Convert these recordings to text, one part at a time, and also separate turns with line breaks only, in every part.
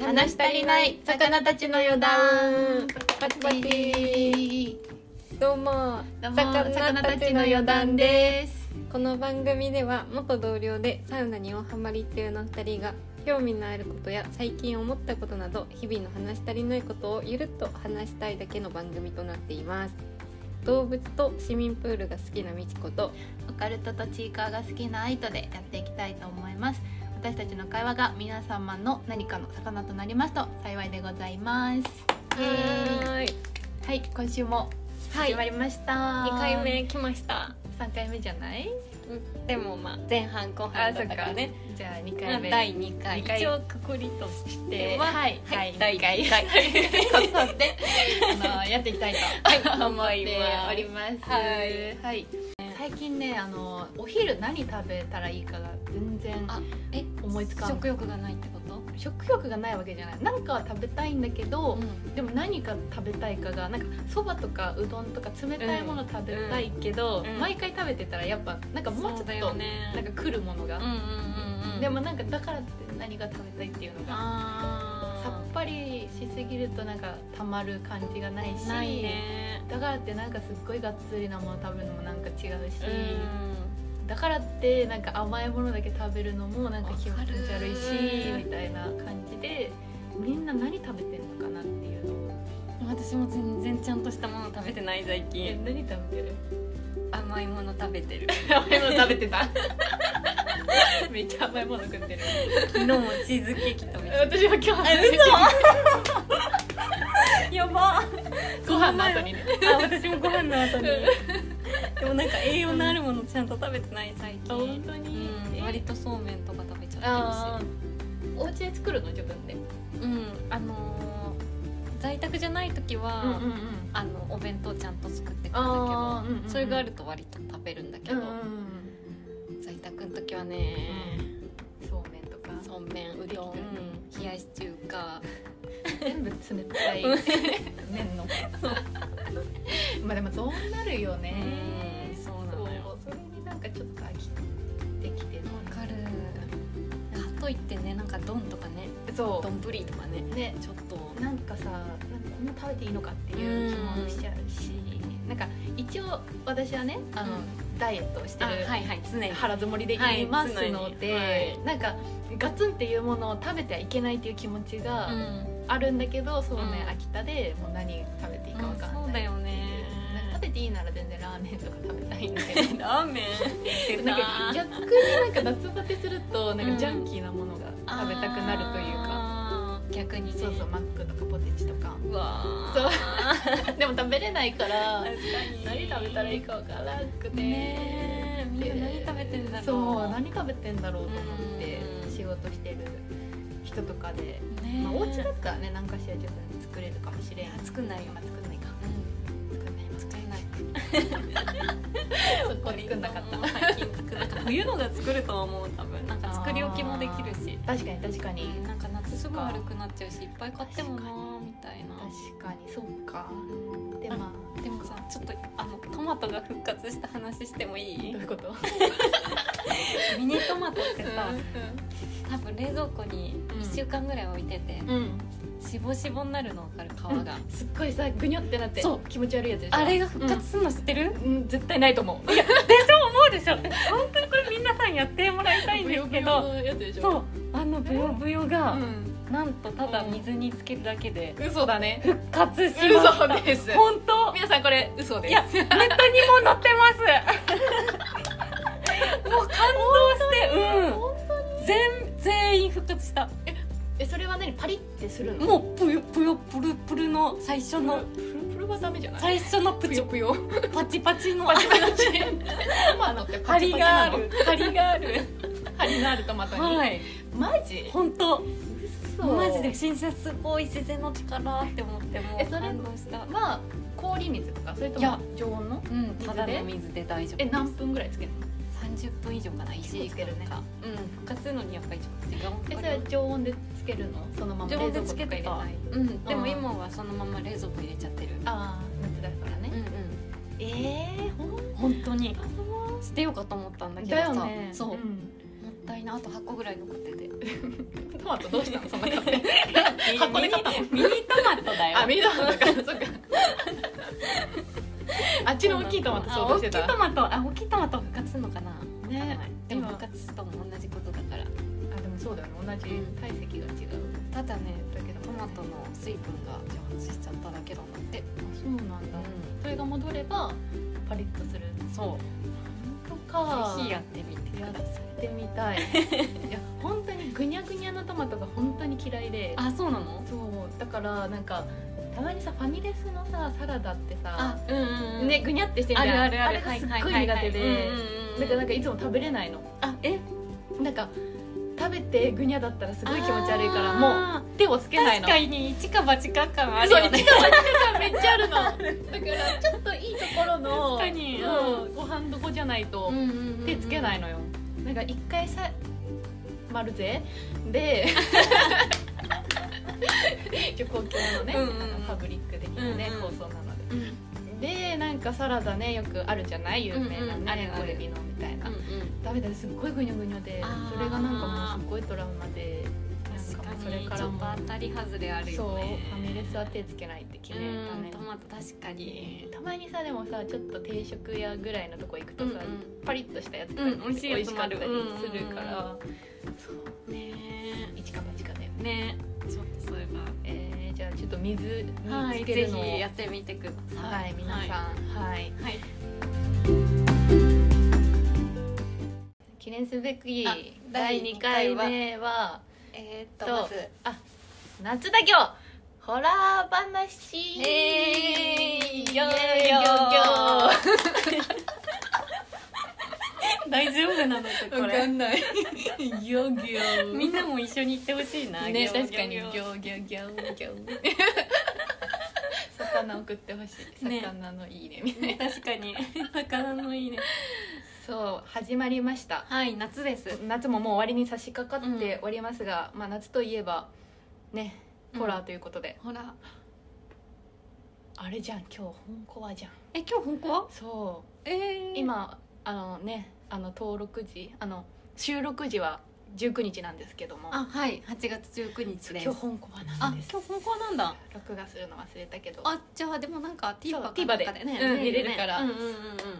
話し足りない魚たちの余談パチパチどうも
どうも
魚
魚
た
た
ち
ちの
の余
余
談
談
で
です
この番組では元同僚でサウナにおはまり中の2人が興味のあることや最近思ったことなど日々の話し足りないことをゆるっと話したいだけの番組となっています動物と市民プールが好きなみちこと
オカルトとチーカーが好きなアイトでやっていきたいと思います私たちの会話が皆様の何かの魚となりますと幸いでございますイエーイ
ーい
はい今週も
は
始ま
い
りました、
2回目来ました
3回目じゃない
でもまあ前半後半だったからね
じゃあ2
まあ
回目
第2回
二回
一応くくりとして
で
は
はい、
はい
第2回
第二回
とで あのやっていきたいと
はい
思っております
はい
はい最近ねあのお昼何食べたらいいかが全然
あえ
思いつかん
食欲がないってこと
食欲がないわけじゃないなんかは食べたいんだけど、でも何か食べたいかがなんかそばとかうどんとか冷たいもの食べたいけど、
うんうん
毎回食べてたらやっぱなんかもうちょ
そ
っと、
だよね
なんか来るものが、
うんうんうんうん
でもなんかだからって何が食べたいっていうのがさ
あ
っぱりしすぎるとなんかたまる感じがないし
ーないね
だからってなんかすっごいがっつりなもの食べるのもなんか違うし、
うん
だからってなんか甘いものだけ食べるのもなんか気持ち悪いし
わかる
みたいな感じでみんな何食べてんのかなっていうのを
私も全然ちゃんとしたもの食べてない最
え
近
何食べてる
甘いもの食べて る
甘いもの食べて ためっちゃ甘いもの食ってる
昨日もチーズケーキ食べて
私は今日
るやば
ご飯の後にね
あ私もご飯の 後にでもなんか栄養のあるものちゃんと食べてない最
あ本
近、
当に、
うん、割とそうめんとか食べちゃ
あ
ってる
ーお家で作るの自分で
しうんあのー在宅じゃない時は、
ん
あのお弁当ちゃんと作ってくるんだけ
あ
ど、
ーうんうんうん
それがあると割と食べるんだけ
う
ど、
んうん
在宅の時はね、
そうめんとか
そうめんうどん冷やし中華
全部冷たい 麺のまあでもそうなるよね、
うんそうな
そう
のよ
それになんかちょっと飽きてきてる
わかるかといってねなんか丼とかね
そ
丼とかね
うね
ちょっと
なんかさなんかこんな食べていいのかっていう気もしちゃうし、なんか一応私はねあの、
う
ダイエットをして
あ
る
はいはい常に
腹積もりでいますので、
はい常
なんかガツンっていうものを食べてはいけないっていう気持ちが
うん
あるんだけど、そうめん
うん
飽きたでもう何食べていいかわかんない、
そうだよね
なんか食べていいなら全然ラーメンとか食べたいんだけど
ラーメン
なんか
食
逆になんか夏バテするとなん
う
か
ん
ジャンキーなものが食べたくなるというか、
か逆にね
そうそうマックとかポテチとか
うわー
そう でも食べれないから
確か
何
に
食べたらいいかわからなくて、
ねえみんな何食べてんだろう
そう何食べてんだろうと思って
うん
仕事してる人とかで、
ねえ
まあ、お家だったらね何かしら自分で作れるかもしれん
いや作んないよ
まあ作んないか
うん
作んない
作れない
そこ作んなかった
最近作んなかった冬のが作るとは思う多分なんか 作り置きもできるし
確かに確かに、
うんなんか夏すぐ悪くなっちゃうしいっぱい買ってもなーみたいな
確かにそうかで
あ
まあ
でもさちょっとあのトマトが復活した話してもいい
どういうこと
ミニトマトってさ、
う
多分冷蔵庫に
うん
1週間ぐらい置いてて、
ん、うん
しぼしぼになるの分かる皮が、
すっごいさぐにょってなって
そう
気持ち悪いやつでしょ
あれが復活するの知ってる、
うん絶対ないと 思う
そうでしょ本当にこれみんなさんやってもらいたいんですけど
のやつでしょ
そうあのブヨブヨが、
ん
なんとただ水につけるだけで
嘘だね
復活しました
嘘です
本当
皆さんこれ嘘です
いやネットにも載ってますも
本
う感動してうん全全員復活した
えそれは何パリってするの
もうぷよぷよぷるぷるの最初の
プルプルはダメじゃない
最初の
ぷ
プチ
よぷ よ
パチパチの
パチパチトマトってパ
張
チ
り
パチ
が
な
あ
の
る張りがある
針のあるトマトに、
はい
マジ
本当
嘘
マジで新鮮すごい自然の力って思っても
え
う
それ
感動した
まあ氷水とかそれと
いや
も常温の
うんただの水で大丈夫
え何分ぐらいつけるの
30分以上かな1時間か、うん復活するのにやっぱりちょっと時間も
え
か
そ
か
れは
る
常温でつけるのそのまま
常温でつけ
冷
て
蔵庫と
た
か入れない
うんでも今はそのまま冷蔵庫入れちゃってる
ああ夏だからね、
うん
ええー、ほん
うん本当に捨てようかと思ったんだけど
だ
さ
よね
そう、
ん
もったいなあと8個ぐらい残ってて
トマトどうしたのそんな感じえ箱で買ったの
ミニミニトマトだよ
あミニトマ トかそっかあっちの大きいトマト
あ
想像して
大きいト
た
マトあ大きいトマト復活するのかな
ね
わかんないでも
今
復活とも同じことだから
あでもそうだよね同じ体積が違う
ただねだけどトマトの水分が蒸発しちゃっただけなんだって
あそうなんだそれが戻ればパリッとする
そ
と
う
か
ぜひやってみてください
ってみた いいや本当にぐにゃぐにゃのトマトが本当に嫌いで
あそうなの
そうだからなんかたまにさファミレスのさサラダってさ、
うんう
ねぐにゃってしてる
あ
じ
る
ゃん
あるある
れがすっ
は
ご
い
い
はい
苦
は
手
い
で
うんうんうん
だからなんかいつも食べれないの
あえ
なんか食べてぐにゃだったらす
す
ごい気持ち悪いからもう
う
手をつけないの
確かに一か八か感ある
そう
よ
一
ね
か八かめっちゃあるの だからちょっといいところの
確かに
うん、ご飯どこじゃないと、手つけない
い
のよ、なんか一回さマルゼ で一応公共のね、
うんうんうん
あのパブリック的なね、
うんうん
放送なのででなんかサラダねよくあるじゃない有名なね、
うんうんあるある
オレビのみたいな、食べたらすっごいグニョグニョで
あー
それがなんかもうすっごいトラウマで
確
なんもう
かに
それか
ち
ら
ょっ
も
と当たり外れあ
そ
る
う
よ
フ
ね
ァミレスは手つけないって決めた
うん
ね
トマト確かに
たまにさでもさちょっと定食屋ぐらいのとこ行くと
うん
さ、パリッとしたやつとか
うん美味しいやつも
か
あ
った
る
りするから、そう
うんね
一か八かで、
えねえちょっとそういえ
えー、じゃあちょっと水に
ばは
つ
い
け
ぜ
るのを
ひやってみてください
はい皆さんはい、
んはい
記念すべき
あ
第2回目は
えー
と
っとまず
夏だけをホラー話
えーいよー
イエーイ
よー
よ
大丈夫なのか
ー
これ
んないギョギョ
みんなも一緒に行ってほしいな
ね
行
確かにギ
行
ョーギョーギョーギョー 魚送ってほしい
ね
魚のいいねみたいな、
ね確かに魚のいいね
そう始まりました
はい夏です
夏ももう終わりに差し掛かっておりますが、まあ夏といえばね
うん
ホラーということで、
ほら
あれじゃん今日本コアじゃん
え今日本校
そう
えー
今あのねあの登録時あの収録時は19日なんですけども
あはい8月19日です
今日本コアな
あ
んで
今
す
日本校なんだ
録画するの忘れたけど
あじゃあでもなんか TVer か
TVer
なん
で
かでね
うん
ね
見れるから
うんうんうんうん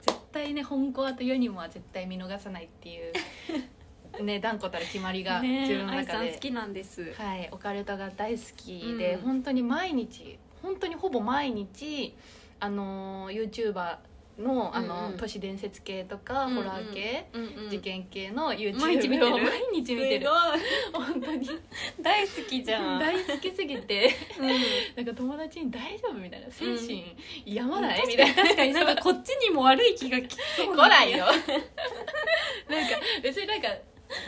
絶対ね本コアと世にもは絶対見逃さないっていう ね断固たる決まりが
ね
自分の
愛
中
さ
で、
ん好きなんです
はい、オカルトが大好きで、
うん
本当に毎日本当にほぼ毎日あのー YouTuber のあの、
うんうん
都市伝説系とか、
うんうん
ホラー系、
うんうん
事件系の YouTube を
毎日見てる
毎日見てる
す
本当に
ごい大好きじゃん
大好きすぎて
う
なんか友達に「大丈夫?」みたいな「精神病
ん
まない?」み
確
た
か
い
に
な
確かになんかこっちにも悪い気がき
「来ない よ」なんか別になんか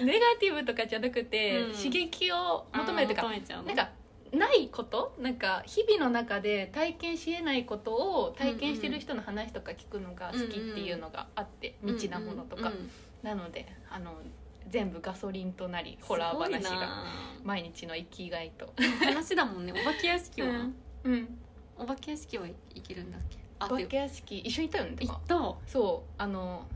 ネガティブとかじゃなくて、
うん
刺激を求めるというか
あー求めちゃうの
なんかないことなんか日々の中で体験しえないことを体験してる人の話とか聞くのが好きっていうのがあって、未知なものとか、
うんうんうん
なのであの全部ガソリンとなりホラー
すごい
話が
な
毎日の生きがいと、
話だもんねお化け屋敷は、
うん、
お化け屋敷はいけるんだっけあ
お化け屋敷一緒にいたよねと
行っ
か
た
そうあの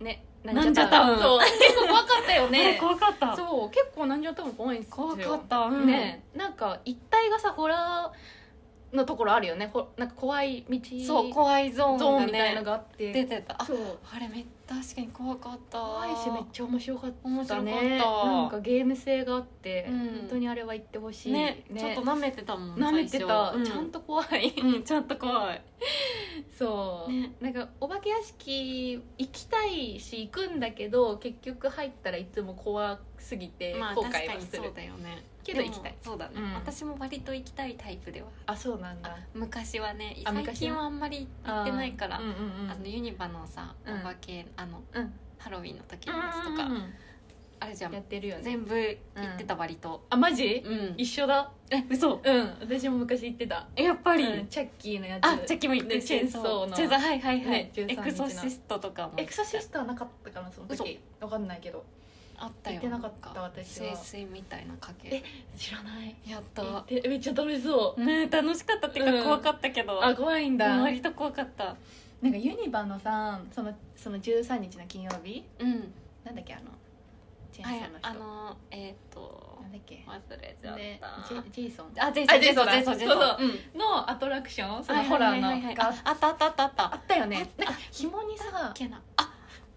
ね
なんじゃタウン
そう結構怖かったよ
ね
ね
怖かった
そう結構なんじゃタウン怖いんですよ
怖かった、うん
ねなんか一帯がさホラーのところあるよねほなんか怖い道
そう怖いゾーン
ゾー
が
ン
ね
みたいのがあって、
出てたあ
そう
あれめ確かに怖かった
怖いしめっちゃ面白かっ
面白
た
かった、
ねなんかゲーム性があって、
うん
本当にあれは行ってほしい
ねちょっと舐めてたもん
舐めてた、
最初
ちゃんと怖 い
うん、うんちゃんと怖い
そう、
ね
なんかお化け屋敷行きたいし行くんだけど結局入ったらいつも怖すぎて
まあ
後
確
悔
か
を
に
する、
そうだよね
けど
で
行
も
きたい
そうだね、
うん
私も割と行きたいタイプでは
あそうなんだ
昔はね
あ
最
昔は
近はあんまり行ってないから
うんうんうん
あのユニバのさ
うん
お化け、あの
うん
ハロウィンの時のやつとか、
うんうんうん
あれじゃ
や
ん
ってるよね
全部行ってた割と
あマジ、
うん、
一緒だ
え嘘
うん私も昔行ってた
やっぱり、
うんチャッキーのやつ
あチェキも行って
ねチェーンソーの
チェンソーはいはいはい、
ね13
エクソシストとかも
エクソシストはなかったかなその時わかんないけど
あった
行
よ
ってなかった私は
清水みたいなかけ
知らない
やっ
行ったてめっちゃ楽しそう、
ね楽しかったっていう
うん
か怖かったけど、
あ怖いんだなんか
割と怖かった
ユニバのさそのその13日の金曜日
うん
なんだっけあのチェーン
はい
ソーの人
あのえっ、と
なんだっけ
忘れちゃっ
でジ
た
ェジェイソン
あジェイソンジェイソン
あジェ
ジェイ
イ
ソ
ソ
ン
ン
ジェイソン
そう
うん
のアトラクションその
はい
ホ
はい
ラ
は
ー
い
の
はい
が
ああったあったあったあった
あったよね
あ
なんか紐にさ
けな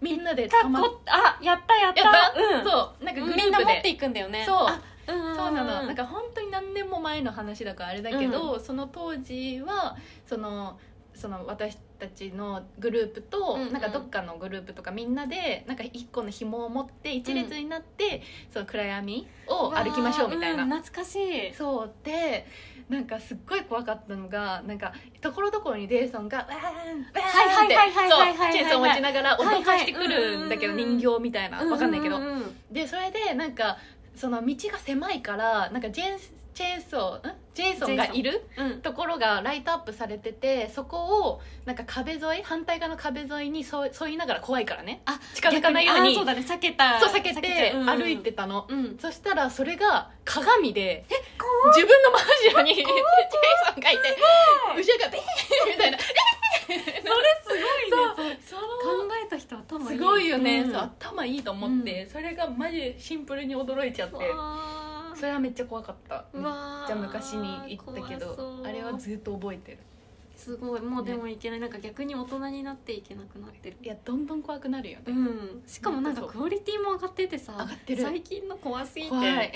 みんなで
か
ま
っこあやったやった
やった
うん
そうなんかグループで
みんな持っていくんだよね
そう
あうんうんうん
そうなのなんか本当に何年も前の話だからあれだけど、その当時はそのその私たちのグループと、
うんうん
なんかどっかのグループとかみんなでなんか一個の紐を持って一列になって、その暗闇を歩きましょうみたいな。
ん懐かしい
そうでなんかすっごい怖かったのがなんかところどころにデイソンが「わーんわーん」って
はいはいはいはいは
そ
いはいはい
うチェーンソーを持ちながら脅かしてくるんだけど
はいはいうんうんうん
人形みたいなわかんないけど
ううん
でそれでなんかその道が狭いからなんかジェンチェーンソーんジェイソンがいる
うん
ところがライトアップされててそこをなんか壁沿い反対側の壁沿いに沿い沿いながら怖いからね
あ
近づかないように
逆あそうだね避けた
そう避けて
ちゃう
歩いてたの、
うんうん
そしたらそれが鏡で自分の真後ろにジェイソンがいて後ろがベー みたいな
それすごいね
そ
そう考えた人頭いい
すごいよね、
うん
そう頭いいと思って、それがマジでシンプルに驚いちゃって
うわー
それはめっちゃ怖かった
うわー
じゃあ昔に行ったけ
怖そ
ど
う
あれはずっと覚えてる
すごいもうでもいけないなんか逆に大人になっていけなくなってる
いやどんどん怖くなるよね
うんしかもなんかクオリティも上がっててさ
上がってる
最近の怖すぎて
怖い
ね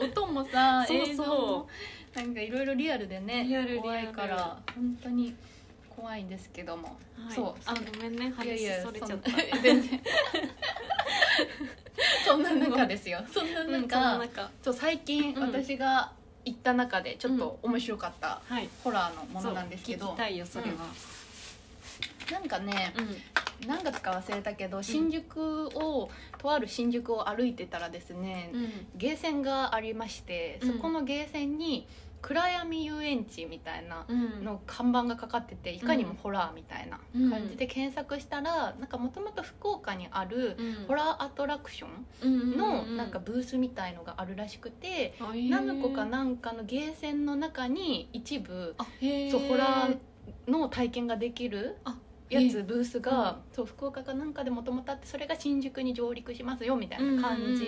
え
音もさ
そうそう
映像もなんかいろいろリアルでね
リアルリアル
怖いから本当に怖いんですけども、
はい
そう
あごめんね
いやい
話
や
それちゃっ
そ
た
ん全然そ んな中ですよそんな
うん
中、
その中
そう最近
うん
私が行った中でちょっと面白かった
はい
ホラーのものなんですけ
そう
ど
聞きたいよそれは
なんかね
うん
何月か忘れたけど新宿をとある新宿を歩いてたらですね
うん
ゲーセンがありまして
うん
そこのゲーセンに暗闇遊園地みたいな
うん
の看板がかかってていかにもホラーみたいな感じで検索したらなんかもともと福岡にある
うん
ホラーアトラクションのなんかブースみたいのがあるらしくてナムコかなんかのゲーセンの中に一部
あへえ
そうホラーの体験ができる
あ
や
へ
つ
え
ブースが、そう福岡かなんかでもともとあってそれが新宿に上陸しますよみたいな感じ、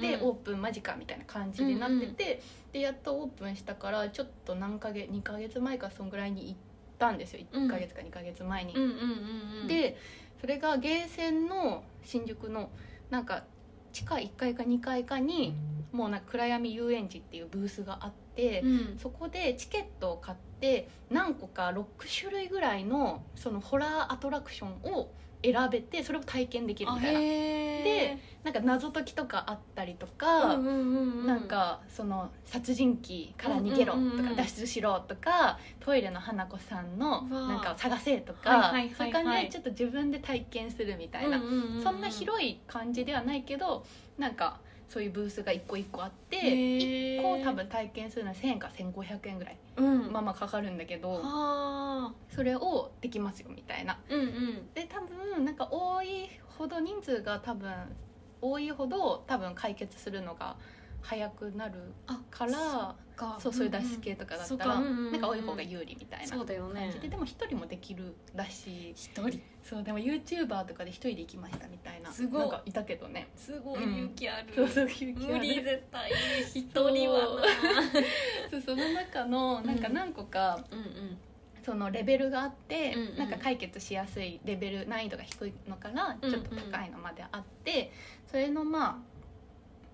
でオープン間近みたいな感じになってて、でやっとオープンしたからちょっと何ヶ月2ヶ月前かそんぐらいに行ったんですよ
うん
1ヶ月か2ヶ月前に。
うんうんうんうん
でそれがゲーセンの新宿のなんか地下1階か2階かにもうなんか暗闇遊園地っていうブースがあって。
うん
そこでチケットを買って何個か6種類ぐらいのそのホラーアトラクションを選べてそれを体験できる
あ
みたいな
へえ
でなんか謎解きとかあったりとか、
うんうんうう
なんかその殺人鬼から逃げろ
うんうん
と
うんう
か
ん
脱出しろとかトイレの花子さんの
うわ
なんか探せと
はい
か
はいはいはい
そういう感じでちょっと自分で体験するみたいな
う、ううう
そんな広い感じではないけどなんかそういうブースが一個一個あって
へー
1個多分体験するのは1000円か1500円ぐらい。
うん
まあまあかかるんだけど
はあ
それをできますよみたいな
うんうん
で多分なんか多いほど人数が多分多いほど多分解決するのが早くなる
あ
から
か
そうそういう脱出系とかだったら
うんうんそうかうんうんうん
なんか多い方が有利みたいな
そうだよ
感
ね
じででも一人もできるらしい
一人
そうでも YouTuber とかで一人で行きましたみたいな
すごい
なんかいたけどね
すご
うん
い勇気ある
そうそう勇気ある
無理絶対一人は
そうその中のなんか何個か、
なうんうん
そのレベルがあって、
うんうん
なんか解決しやすいレベル難易度が低いのから
うん
ちょっと高いのまであって、それのまあ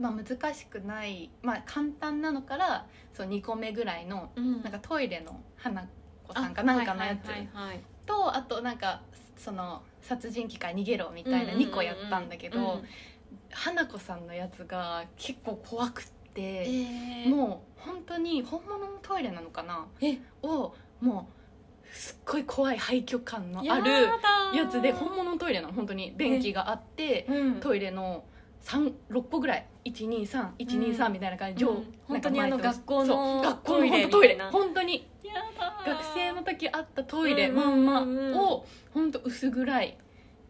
まあ難しくない、まあ、簡単なのからそう2個目ぐらいの
うん
なんかトイレの花子さんかなんかのやつ
はいはいはい
とあとなんかその殺人鬼から逃げろみたいな
うんうんうんうん
2個やったんだけど、
うん
花子さんのやつが結構怖くって。
えー
もう本当に本物のトイレなのかな
え
をもうすっごい怖い廃墟感のあ
やだ
る
ー
やつで本物のトイレなの本当に便器があって
うん
トイレの3 6個ぐらい123123
うん
みたいな感じで、
うん本当にあの
なんか前と
学校の
そう学校の本当
ト
ト
イ
イレ
レみたいな
本当に
やだー
学生の時あったトイレ
うん
まんま
うん
を本当薄暗い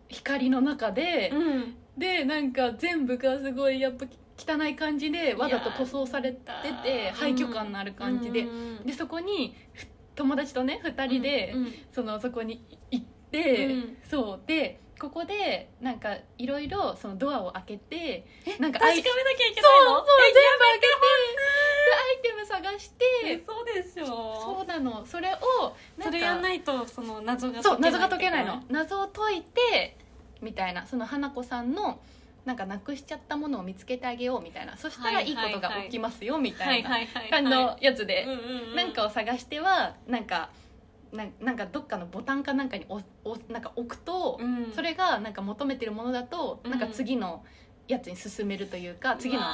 光の中で、
うん
でなんか全部がすごいやっぱ汚い感じでわざと塗装されて
い
て
やー
廃墟感のある感じで、
うんうんうん
でそこにふ友達とね2人で、
うん
そのそこに行って、
うん
そうでここでなんかいろいろそのドアを開けてなんか
確かめな
アイ
きゃいけ
そう
ない
そう
の
全部開けてでアイテム探して
そうです
そ
よ
うなのそれを
それやん
い
ないとその謎が
そう謎が解けない
うん
の謎を解いてみたいなその花子さんのなんかなくしちゃったものを見つけてあげようみたいなそしたらいいことが起きますよみた
はい
いな
はいはいはい
感じのやつで
うんうんうん
なんかを探してはなんかなんなんかどっかのボタンかなんかにおおなんか置くと、
うん
それがなんか求めてるものだと、
うん
なんか次のやつに進めるというか次の
うわ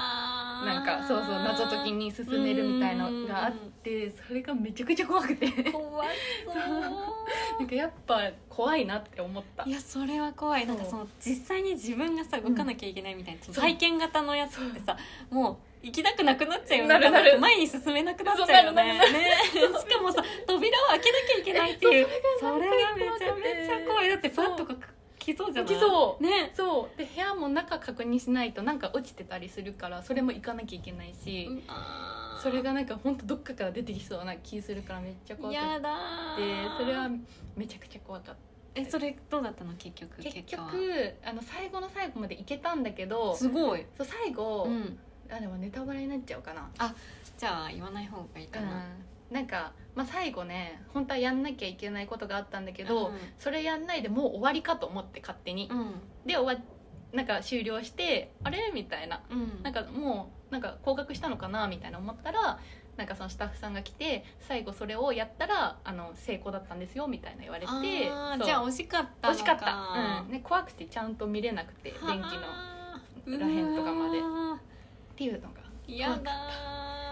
ー
なんかそうそう謎解きに進めるみたいのがあってそれがめちゃくちゃ怖くて
怖そう
なんかやっぱ怖 いなって思った
いやそれは怖いなんかその実際に自分がさ動かなきゃいけないみたいな、その体験型のやつってさもう行きたくなくなっちゃうよね
なるなる
前に進めなくなっちゃうよね
そ
ね しかもさ扉を開けなきゃいけないっていうそれがめちゃめちゃ怖いだってパッとか来そうじゃない
来そう
ね
そうで部屋も中確認しないとなんか落ちてたりするからそれも行かなきゃいけないし、それがなんか本当どっかから出てきそうな気するからめっちゃ怖くて
やだー
それはめちゃくちゃ怖かった
えそれどうだったの結局
結
果は
局あの最後の最後まで行けたんだけどそ
すごい、
う最後、
うん、
あでもネタバレになっちゃうかな
じゃあ言わない方がいいかな、
うんなんか、まあ、最後ね本当はやんなきゃいけないことがあったんだけ
け
ど、
うん
それやんないでもう終わりかと思って勝手に、で終わなんか終了してあれみたいな
うん、
なんかもうなんか降格したのかなみたいな思ったらなんかそのスタッフさんが来て最後それをやったらあの成功だったんですよみたいな言われて
あ
そ
ー
う
じゃあ惜しかった
惜
の
しかった、うんね、怖くてちゃんと見れなくて電気のっ
はあ
らへんとかまで
うわ
ていうのが
ーやだ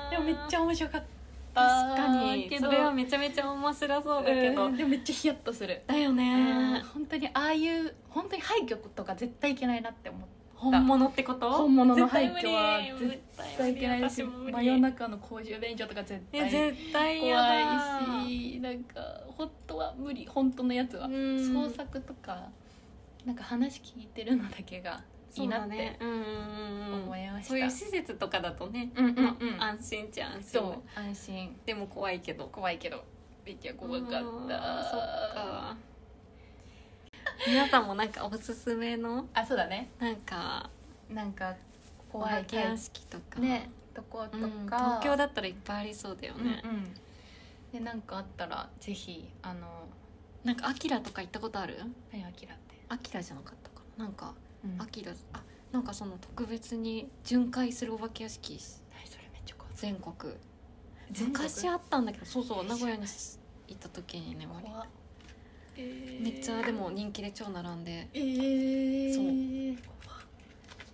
ー
でもめっちゃ面白かった
確かに
けど
それはめちゃめちゃ面白そうだけど、
うんでもめっちゃヒヤッとする、
だよ
うん
ね
本当にああいう本当に廃墟とか絶対いけないなって思って
本物ってこと
本物の廃墟は
絶対
絶
無
対
理
いけないし
私も無理
真夜中の公衆便所とか絶
え
対
絶対嫌
怖
だ
いしなんか本当は無理本当のやつは、
うん
創作とかなんか話聞いてるのだけがいいなって
そうだねうんうんうん
思いました
そういう施設とかだとね、
うんうんうん
まあ安心っちゃ安心
そう安心
でも怖いけど
怖いけどめっちゃ怖かった
あーそっか皆さんもなんかおすすめの
あそうだね
なんか
なんか
お
怖
化
い
け屋敷とか、
ねとことか、
うん東京だったらいっぱいありそうだよ
うんうん
ね、
でなんかあったらぜひあの
なんかアキラとか行ったことある
何あきらって、
アキラじゃなかったかななんか
うん
アキラあなんかその特別に巡回するお化け屋敷
何それめっちゃ怖い
全国
全国
昔あったんだけどそうそう名古屋に行った時にね割
怖っえー
とめっちゃでも人気で超並んで
えー、
そう
怖っ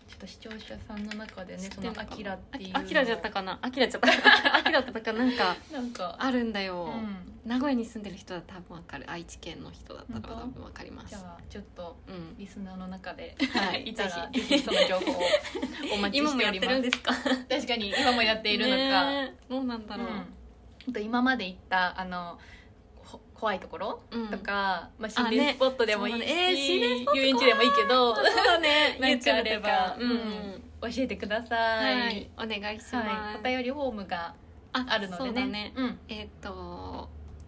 ちょっと視聴者さんの中で
知
ね
って
そ
んの
の
かな
アキラっていう
あきらじゃったかなあきらじゃった あきらだったかなんか
なんか
あるんだよ、
うん
名古屋に住んでる人は多分わかる愛知県の人だったら
本当
多分わかります
じゃあちょっと
うん
リスナーの中で
はいい
たら
ぜ
ぜ
ひ
ひその情報をお待ち
今
し
も
てお
やっ
り
て
ま
るん
す
ですか
確かに今もやっているのか、
ねえどうなんだ
だ
ろう、
と今まで行ったあのほ怖いところ
うん
とか、まあ、
あ
心霊
ね
スポットでもいいし、
そうだねえー心霊スポット
遊園地でもいいけど
そうだね
なんかあれば
YouTube とかうん、
教えてください、
はいお願いし
はい
ます、
お便りフォームがあるの
そ
で
うだ
ね
ね
うん
えっ、と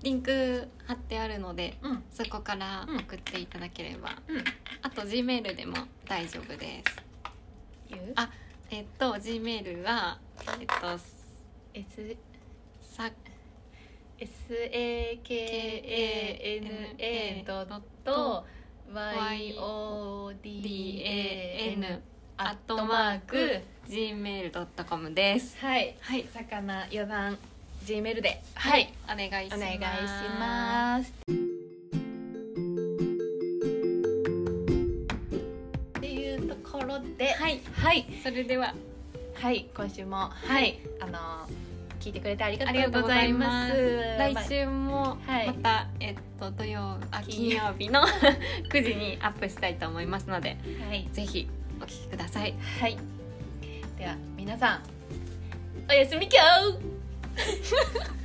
リンク貼ってあるので
うん
そこから送っていただければ、
うん
あと G メールでも大丈夫です
言う
あえっ、と G メールはえっ、と
S
さ
sakana ドット yodan
dan
アットマーク
gmail.com です
はい
はい
魚四番 G メールで
はいお願いし
お
ま
願
す
いしますっていうところで
はい
はい
それでは
はい今週もはいあの聞いてくれてありがとうございます
来週も
はい
また、えっと土曜あ
金
金曜日の 9時にアップしたいと思いますので
はい
ぜひお聞きください
はい。では皆さんおやすみきょう。